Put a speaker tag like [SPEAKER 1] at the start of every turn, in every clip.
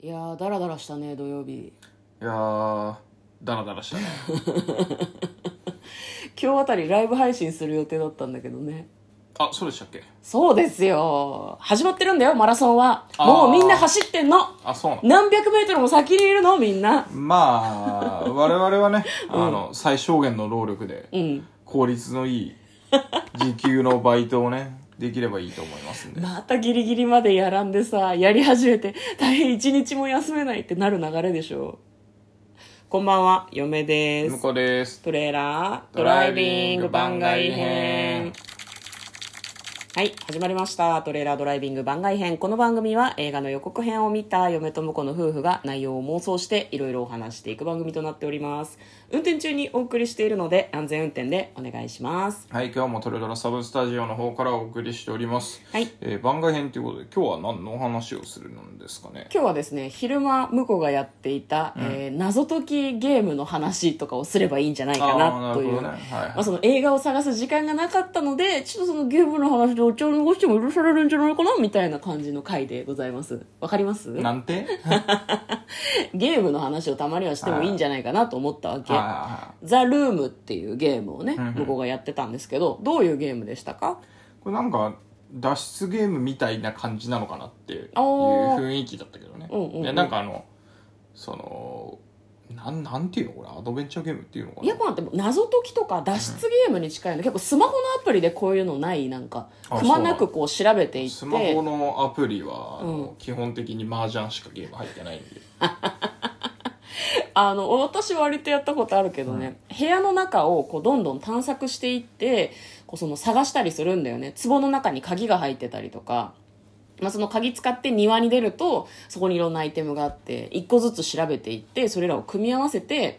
[SPEAKER 1] いやーダラダラしたね土曜日
[SPEAKER 2] いやーダラダラした ね
[SPEAKER 1] 今日あたりライブ配信する予定だったんだけどね
[SPEAKER 2] あそうでしたっけ
[SPEAKER 1] そうですよ始まってるんだよマラソンは
[SPEAKER 2] あー
[SPEAKER 1] もうみんな走ってんの
[SPEAKER 2] あそうなの
[SPEAKER 1] 何百メートルも先にいるのみんな
[SPEAKER 2] まあ我々は ねあの、最小限の労力で
[SPEAKER 1] うん
[SPEAKER 2] 効率のいい時給のバイトをね できればいいと思いますんで
[SPEAKER 1] またギリギリまでやらんでさやり始めて大変一日も休めないってなる流れでしょこんばんは嫁で
[SPEAKER 2] 向
[SPEAKER 1] す
[SPEAKER 2] こうです
[SPEAKER 1] トレーラードライビング番外編はい始まりましたトレーラードライビング番外編この番組は映画の予告編を見た嫁と婿の夫婦が内容を妄想していろいろお話していく番組となっております運転中にお送りしているので安全運転でお願いします
[SPEAKER 2] はい今日もトレドラサブスタジオの方からお送りしております、
[SPEAKER 1] はい
[SPEAKER 2] えー番外編ということで今日は何のお話をするんですかね
[SPEAKER 1] 今日はですね昼間向こうがやっていた、えー謎解きゲームの話とかをすればいいんじゃないかな
[SPEAKER 2] あー
[SPEAKER 1] という
[SPEAKER 2] なるほどねはい
[SPEAKER 1] まあ、その映画を探す時間がなかったのでちょっとそのゲームの話でお茶を濁しても許されるんじゃないかなみたいな感じの回でございますわかります
[SPEAKER 2] なんて
[SPEAKER 1] ゲームの話をたまにはしてもいいんじゃないかなと思ったわけ、
[SPEAKER 2] あ
[SPEAKER 1] ザ・ルームっていうゲームをね
[SPEAKER 2] んうん
[SPEAKER 1] 向こうがやってたんですけどどういうゲームでしたか
[SPEAKER 2] これなんか脱出ゲームみたいな感じなのかなっていう
[SPEAKER 1] おー
[SPEAKER 2] 雰囲気だったけどね、
[SPEAKER 1] うんうんうん
[SPEAKER 2] でなんかあのそのなんなんていうのこれアドベンチャーゲームっていうのかな
[SPEAKER 1] やっぱ待って謎解きとか脱出ゲームに近いの結構スマホのアプリでこういうのないなんか
[SPEAKER 2] あ
[SPEAKER 1] くまなくこう調べていっ
[SPEAKER 2] スマホ
[SPEAKER 1] て
[SPEAKER 2] のアプリは、あの
[SPEAKER 1] う
[SPEAKER 2] 基本的に麻雀しかゲーム入ってないんで
[SPEAKER 1] あの私割とやったことあるけどね、部屋の中をこうどんどん探索していってこうその探したりするんだよね壺の中に鍵が入ってたりとか。まあ、その鍵使って庭に出るとそこにいろんなアイテムがあって一個ずつ調べていってそれらを組み合わせて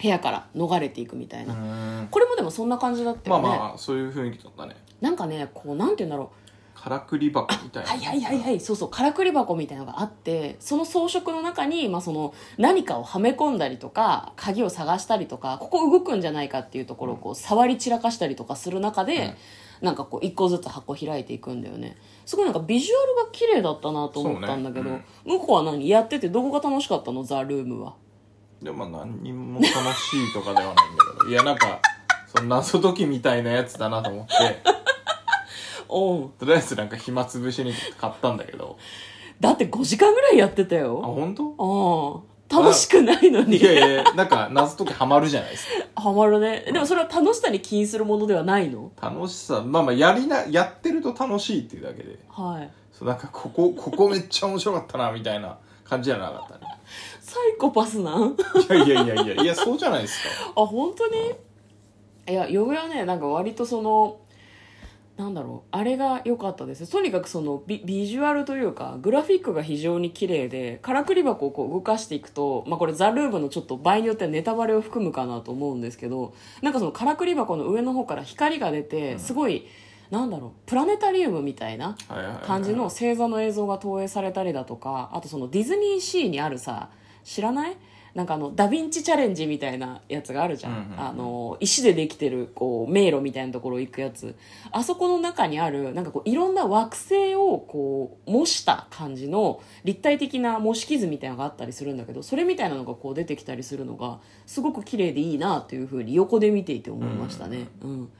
[SPEAKER 1] 部屋から逃れていくみたいな、これもでもそんな感じだった
[SPEAKER 2] ま
[SPEAKER 1] よ
[SPEAKER 2] あ
[SPEAKER 1] ね、
[SPEAKER 2] まあそういう雰囲気だったね
[SPEAKER 1] なんかねこうなんて言うんだろう
[SPEAKER 2] からくり箱みたいな
[SPEAKER 1] はいはいはいはいそうそうからくり箱みたいなのがあってその装飾の中に、まあ、その何かをはめ込んだりとか鍵を探したりとかここ動くんじゃないかっていうところをこう触り散らかしたりとかする中で、なんかこう一個ずつ箱開いていくんだよねすごいなんかビジュアルが綺麗だったなと思ったんだけど、
[SPEAKER 2] そうね
[SPEAKER 1] 向こうは何やっててどこが楽しかったのザ・ルームは
[SPEAKER 2] でもまあ何にも楽しいとかではないんだけどいやなんかその謎解きみたいなやつだなと思って
[SPEAKER 1] おう
[SPEAKER 2] とりあえずなんか暇つぶしに買ったんだけど
[SPEAKER 1] だって5時間ぐらいやってた
[SPEAKER 2] あ
[SPEAKER 1] よ
[SPEAKER 2] 本当
[SPEAKER 1] うん楽しくないのに
[SPEAKER 2] いやいやなんか謎解きハマるじゃないです
[SPEAKER 1] ハマるねでもそれは楽しさに起因するものではないの
[SPEAKER 2] か楽しさまあまあやりなやってると楽しいっていうだけで
[SPEAKER 1] はい
[SPEAKER 2] そうなんかここここめっちゃ面白かったなみたいな感じじゃなかったね
[SPEAKER 1] サイコパスなんあ
[SPEAKER 2] いやいやいやいやいやそうじゃないですか
[SPEAKER 1] 本当にいや嫁はねなんか割とそのなんだろうあれが良かったですとにかくそのビビジュアルというかグラフィックが非常に綺麗でからくり箱をこう動かしていくと、まあ、これ「ザ・ルームのちょっと場合によってはネタバレを含むかなと思うんですけどなんかそのからくり箱の上の方から光が出てすごい、なんだろうプラネタリウムみたいな
[SPEAKER 2] はいはいはい
[SPEAKER 1] 感じの星座の映像が投影されたりだとかあとそのディズニーシーにあるさ知らないなんかあのダヴィンチチャレンジみたいなやつがあるじゃん,、
[SPEAKER 2] うんうんうん
[SPEAKER 1] あの石でできてるこう迷路みたいなところ行くやつあそこの中にあるなんかこういろんな惑星をこう模した感じの立体的な模式図みたいなのがあったりするんだけどそれみたいなのがこう出てきたりするのがすごく綺麗でいいなというふうに横で見ていて思いましたね。うん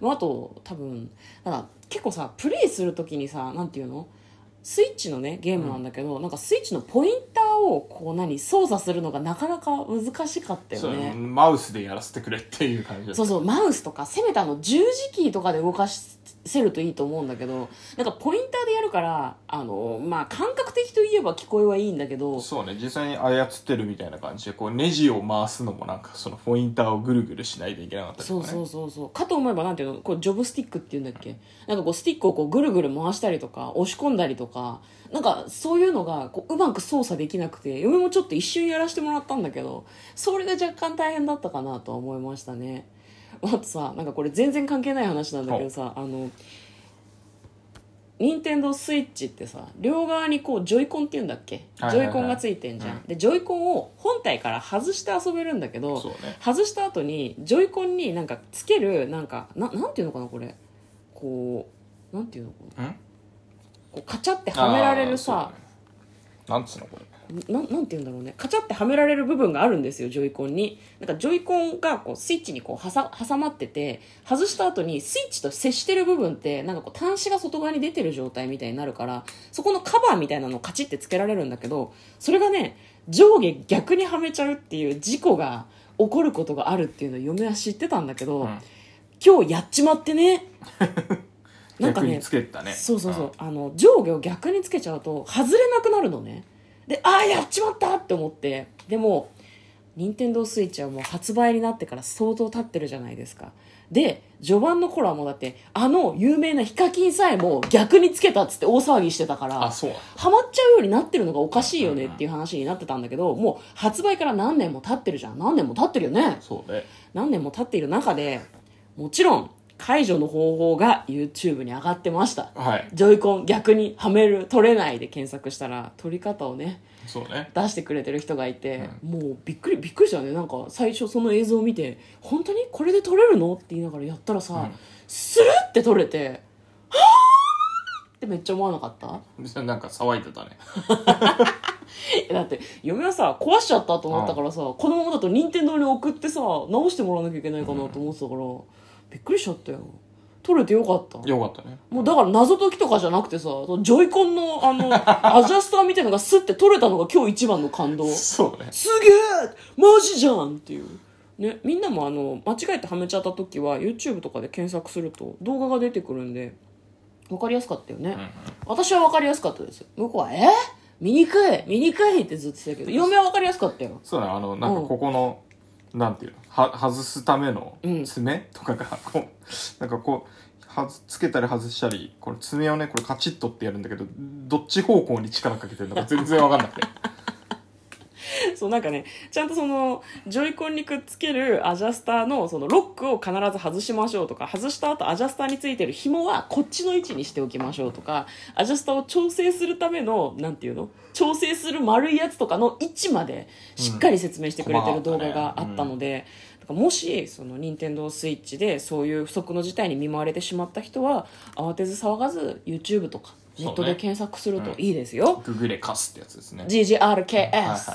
[SPEAKER 1] まあ、あと多分なんか結構さプレイする時にさなんていうのスイッチのねゲームなんだけど、なんかスイッチのポインターをこう何操作するのがなかなか難しかったよ
[SPEAKER 2] そう
[SPEAKER 1] ね
[SPEAKER 2] マウスでやらせてくれっていう感じだった
[SPEAKER 1] そうそうマウスとかせめてあの十字キーとかで動かせるといいと思うんだけどなんかポインターでやるからあのまあ感覚的といえば聞こえはいいんだけど
[SPEAKER 2] そうね実際に操ってるみたいな感じでこうネジを回すのもなんかそのポインターをぐるぐるしないといけなかったり
[SPEAKER 1] そう
[SPEAKER 2] とかね
[SPEAKER 1] そうそうそうかと思えばなんていうのこれジョブスティックっていうんだっけなんかこうスティックをこうぐるぐる回したりとか押し込んだりとかなんかそういうのがこううまく操作できなくて嫁もちょっと一瞬やらせてもらったんだけどそれが若干大変だったかなとは思いましたねあとさなんかこれ全然関係ない話なんだけどさあの任天堂スイッチってさ両側にこうジョイコンっていうんだっけ、
[SPEAKER 2] はいはいは
[SPEAKER 1] ジ
[SPEAKER 2] い
[SPEAKER 1] ョイコンがついてんじゃん、
[SPEAKER 2] う
[SPEAKER 1] でジョイコンを本体から外して遊べるんだけど
[SPEAKER 2] そうね
[SPEAKER 1] 外した後にジョイコンになんかつけるなんかななんていうのかなこれこうなんていうのかなんこうカチャってはめられる
[SPEAKER 2] あーそう
[SPEAKER 1] さ
[SPEAKER 2] ねなんつうのこれ
[SPEAKER 1] ななんて言うんだろうねカチャってはめられる部分があるんですよジョイコンになんかジョイコンがこうスイッチにこうはさ挟まってて外した後にスイッチと接してる部分ってなんかこう端子が外側に出てる状態みたいになるからそこのカバーみたいなのをカチってつけられるんだけどそれがね上下逆にはめちゃうっていう事故が起こることがあるっていうのを嫁は知ってたんだけど、
[SPEAKER 2] ん
[SPEAKER 1] 今日やっちまってねなんか
[SPEAKER 2] 逆に
[SPEAKER 1] ね
[SPEAKER 2] つけてたね
[SPEAKER 1] そうそうそう、あの上下を逆につけちゃうと外れなくなるのねでああやっちまったって思ってでも任天堂スイッチはもう発売になってから相当経ってるじゃないですかで序盤の頃はもうだってあの有名なヒカキンさえも逆につけたっつって大騒ぎしてたから
[SPEAKER 2] うんあそう
[SPEAKER 1] ハマっちゃうようになってるのがおかしいよねっていう話になってたんだけどもう発売から何年も経ってるじゃん何年も経ってるよね
[SPEAKER 2] そうね
[SPEAKER 1] 何年も経っている中でもちろん解除の方法が YouTube に上がってました
[SPEAKER 2] はい
[SPEAKER 1] ジョイコン逆にはめる取れないで検索したら取り方をね
[SPEAKER 2] そうね
[SPEAKER 1] 出してくれてる人がいて、もうびっくりびっくりしたよねなんか最初その映像を見て「本当にこれで取れるの?」って言いながらやったらさ、
[SPEAKER 2] うん
[SPEAKER 1] スルッて取れて「はあ!」ってめっちゃ思わなかった
[SPEAKER 2] なんか騒いでたね
[SPEAKER 1] えだって嫁はさ壊しちゃったと思ったからさ、このままだと任天堂に送ってさ直してもらわなきゃいけないかなと思ってたから、びっくりしちゃったよ取れてよかった
[SPEAKER 2] よかったね
[SPEAKER 1] もうだから謎解きとかじゃなくてさそのジョイコンのあのアジャスターみたいのがスッて取れたのが今日一番の感動す
[SPEAKER 2] そうね
[SPEAKER 1] げえマジじゃんっていうねみんなもあの間違えてはめちゃった時は YouTube とかで検索すると動画が出てくるんで分かりやすかったよね、私は分かりやすかったです向こうは「え見にくい見にくい」ってずっと言ってたけど嫁は分かりやすかったよ
[SPEAKER 2] そうねあのなんかここの、なんていうのは外すための
[SPEAKER 1] うん
[SPEAKER 2] 爪とかがこうなんかこうはずつけたり外したりこれ爪をねこれカチッとってやるんだけどどっち方向に力かけてるのか全然わかん なくて
[SPEAKER 1] そうなんかねちゃんとそのジョイコンにくっつけるアジャスターのそのロックを必ず外しましょうとか外した後アジャスターについてる紐はこっちの位置にしておきましょうとかアジャスターを調整するためのなんていうの調整する丸いやつとかの位置までしっかり説明してくれて
[SPEAKER 2] うん
[SPEAKER 1] る動画があったので
[SPEAKER 2] うん
[SPEAKER 1] ので、だからもしその任天堂スイッチでそういう不測の事態に見舞われてしまった人は慌てず騒がず YouTube とか
[SPEAKER 2] そう
[SPEAKER 1] ネ
[SPEAKER 2] ね
[SPEAKER 1] ットで検索するといいですよ、
[SPEAKER 2] ググレカスってやつですね
[SPEAKER 1] GGRKS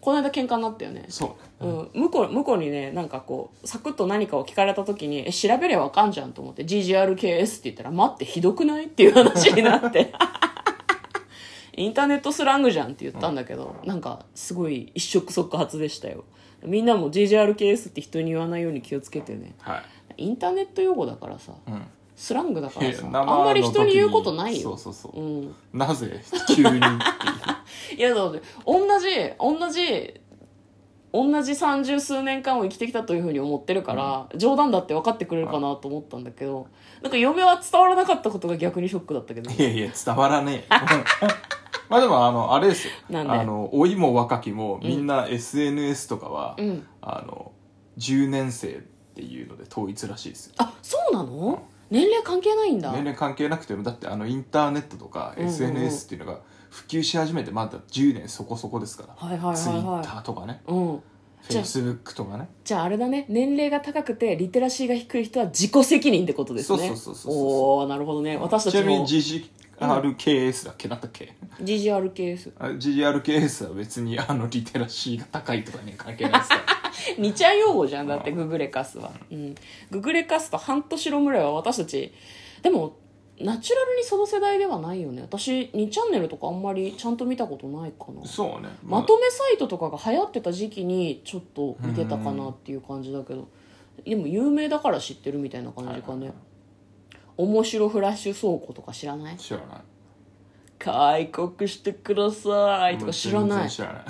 [SPEAKER 1] この間喧嘩になったよね
[SPEAKER 2] そう
[SPEAKER 1] う
[SPEAKER 2] ね
[SPEAKER 1] ん、向こう向こうにねなんかこうサクッと何かを聞かれた時に「え調べりゃわかんじゃん」と思って「GGRKS」って言ったら「待ってひどくない?」っていう話になって インターネットスラングじゃんって言ったんだけど、なんかすごい一触即発でしたよみんなも GGRKS って人に言わないように気をつけてね
[SPEAKER 2] はい
[SPEAKER 1] インターネット用語だからさ
[SPEAKER 2] うん
[SPEAKER 1] スラングだから
[SPEAKER 2] い
[SPEAKER 1] さ
[SPEAKER 2] や
[SPEAKER 1] あ
[SPEAKER 2] 生
[SPEAKER 1] ん
[SPEAKER 2] の
[SPEAKER 1] まり人に言うことない
[SPEAKER 2] 時に
[SPEAKER 1] よ
[SPEAKER 2] そうそうそうう、
[SPEAKER 1] ん
[SPEAKER 2] なぜ急にっていう
[SPEAKER 1] いやだって同じ同じ同じ三十数年間を生きてきたというふうに思ってるから、冗談だって分かってくれるかなと思ったんだけどなんか嫁は伝わらなかったことが逆にショックだったけど
[SPEAKER 2] いやいや伝わらねえよ まあでもあのあれですよ
[SPEAKER 1] なんで
[SPEAKER 2] あの老いも若きもみんな SNS とかは、
[SPEAKER 1] うん
[SPEAKER 2] あの10年生っていうので統一らしいですよ
[SPEAKER 1] あそうなの年齢関係ないんだ
[SPEAKER 2] 年齢関係なくてもだってあのインターネットとか
[SPEAKER 1] うんうんうん
[SPEAKER 2] SNS っていうのが普及し始めてまだ10年そこそこですから、
[SPEAKER 1] はいはい
[SPEAKER 2] ツイ
[SPEAKER 1] は
[SPEAKER 2] ッ
[SPEAKER 1] い
[SPEAKER 2] タ
[SPEAKER 1] は
[SPEAKER 2] ーとかね
[SPEAKER 1] いうん
[SPEAKER 2] フ
[SPEAKER 1] じ
[SPEAKER 2] ェ
[SPEAKER 1] ゃあ
[SPEAKER 2] イスブックとかね
[SPEAKER 1] じゃああれだね年齢が高くてリテラシーが低い人は自己責任ってことですね
[SPEAKER 2] そうそうそうそうそう
[SPEAKER 1] おおなるほどね私た
[SPEAKER 2] ち
[SPEAKER 1] ち
[SPEAKER 2] なみに
[SPEAKER 1] も
[SPEAKER 2] GGRKS だっけなんだっけ
[SPEAKER 1] GGRKS
[SPEAKER 2] あ GGRKS は別にあのリテラシーが高いとかね関係 ないですから
[SPEAKER 1] 二ちゃん用語じゃんだってググレカスは、うん、ググレカスと半年後ぐらいは私たちでもナチュラルにその世代ではないよね私2チャンネルとかあんまりちゃんと見たことないかな
[SPEAKER 2] そうね
[SPEAKER 1] まとめサイトとかが流行ってた時期にちょっと見てたかなっていう感じだけどでも有名だから知ってるみたいな感じかね面白フラッシュ倉庫とか知らない
[SPEAKER 2] 知らない
[SPEAKER 1] 開国してくださいとか知ら
[SPEAKER 2] 全
[SPEAKER 1] な
[SPEAKER 2] 然
[SPEAKER 1] い
[SPEAKER 2] 知らない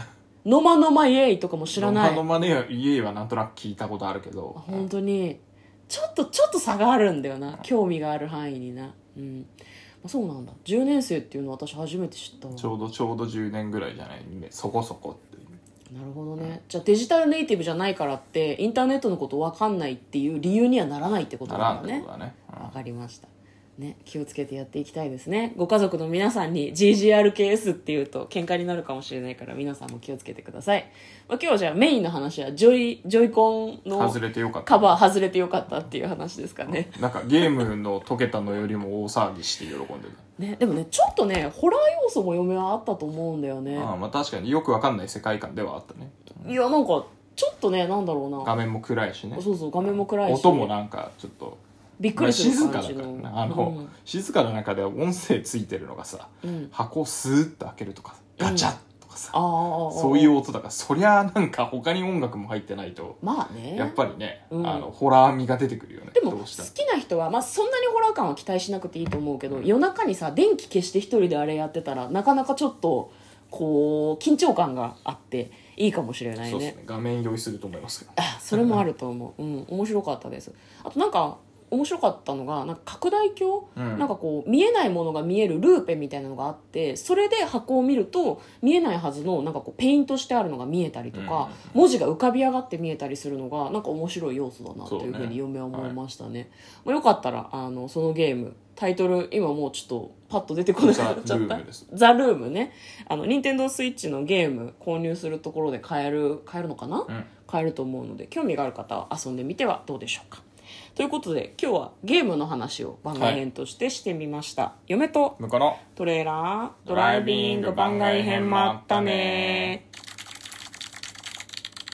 [SPEAKER 1] ノマノマイエイとかも知らない
[SPEAKER 2] ロマノマネ家はなんとなく聞いたことあるけど
[SPEAKER 1] 本当にちょっとちょっと差があるんだよな興味がある範囲になうん、まあ、そうなんだ10年生っていうのは私初めて知ったわ
[SPEAKER 2] ちょうどちょうど10年ぐらいじゃないそこそこっていう
[SPEAKER 1] なるほどねじゃあデジタルネイティブじゃないからってインターネットのこと分かんないっていう理由にはならないってこと
[SPEAKER 2] な
[SPEAKER 1] な
[SPEAKER 2] ら
[SPEAKER 1] んだ
[SPEAKER 2] んって
[SPEAKER 1] ね
[SPEAKER 2] ことだね、うん
[SPEAKER 1] わかりましたね、気をつけてやっていきたいですね。ご家族の皆さんに GGRKS っていうと喧嘩になるかもしれないから皆さんも気をつけてください。まあ、今日じゃあメインの話はジョイ、ジョイコンの
[SPEAKER 2] 外れてよかった
[SPEAKER 1] カバー外れてよかったっていう話ですかね。
[SPEAKER 2] なんかゲームの解けたのよりも大騒ぎして喜んでる
[SPEAKER 1] ね、でもね、ちょっとね、ホラー要素も嫁はあったと思うんだよね。
[SPEAKER 2] ああまあ確かによくわかんない世界観ではあったね
[SPEAKER 1] いや、なんか、ちょっとね、なんだろうな。
[SPEAKER 2] 画面も暗いしね
[SPEAKER 1] そうそう、画面も暗いし。
[SPEAKER 2] 音もなんかちょっと
[SPEAKER 1] びっくりす
[SPEAKER 2] 静
[SPEAKER 1] る
[SPEAKER 2] か
[SPEAKER 1] 感
[SPEAKER 2] だ
[SPEAKER 1] じ
[SPEAKER 2] から
[SPEAKER 1] の。
[SPEAKER 2] ねあの、静かな中では音声ついてるのがさ、
[SPEAKER 1] うん。うん
[SPEAKER 2] 箱をスーッと開けるとかガチャッとかさ、
[SPEAKER 1] ああああ。
[SPEAKER 2] そういう音だからそりゃあなんか他に音楽も入ってないと
[SPEAKER 1] まあね。
[SPEAKER 2] やっぱりね、
[SPEAKER 1] うん
[SPEAKER 2] あのホラー味が出てくるよね
[SPEAKER 1] でも
[SPEAKER 2] ど
[SPEAKER 1] 好
[SPEAKER 2] うしたら
[SPEAKER 1] きな人は、まあ、そんなにホラー感は期待しなくていいと思うけど夜中にさ電気消して一人であれやってたらなかなかちょっとこう緊張感があっていいかもしれない
[SPEAKER 2] そう
[SPEAKER 1] ね
[SPEAKER 2] ですね画面用意すると思いますけど
[SPEAKER 1] あそれもあると 思う、うん、面白かったですあとなんか面白かったのがなんか拡大鏡、
[SPEAKER 2] うん
[SPEAKER 1] なんかこう見えないものが見えるルーペみたいなのがあってそれで箱を見ると見えないはずのなんかこうペイントしてあるのが見えたりと
[SPEAKER 2] うんうんうん
[SPEAKER 1] か、文字が浮かび上がって見えたりするのがなんか面白い要素だなというふうに
[SPEAKER 2] そう
[SPEAKER 1] 嫁は思いましたねまあ、よかったらあのそのゲームタイトル今もうちょっとパッと出てこなくなっちゃった
[SPEAKER 2] ザルームです
[SPEAKER 1] ザ・ルームねあの任天堂スイッチのゲーム購入するところで買える買えるのかな、
[SPEAKER 2] うん
[SPEAKER 1] 買えると思うので興味がある方は遊んでみてはどうでしょうかということで今日はゲームの話を番外編としてしてみました、嫁と
[SPEAKER 2] 向こうの
[SPEAKER 1] トレーラード
[SPEAKER 2] ド
[SPEAKER 1] ラ
[SPEAKER 2] ラ
[SPEAKER 1] イ
[SPEAKER 2] イ
[SPEAKER 1] ビ
[SPEAKER 2] ビ
[SPEAKER 1] ン
[SPEAKER 2] ン
[SPEAKER 1] グ
[SPEAKER 2] グ
[SPEAKER 1] 番
[SPEAKER 2] 番
[SPEAKER 1] 外
[SPEAKER 2] 外
[SPEAKER 1] 編
[SPEAKER 2] 編
[SPEAKER 1] も
[SPEAKER 2] も
[SPEAKER 1] あ
[SPEAKER 2] あ
[SPEAKER 1] っ
[SPEAKER 2] ったた
[SPEAKER 1] ね
[SPEAKER 2] ね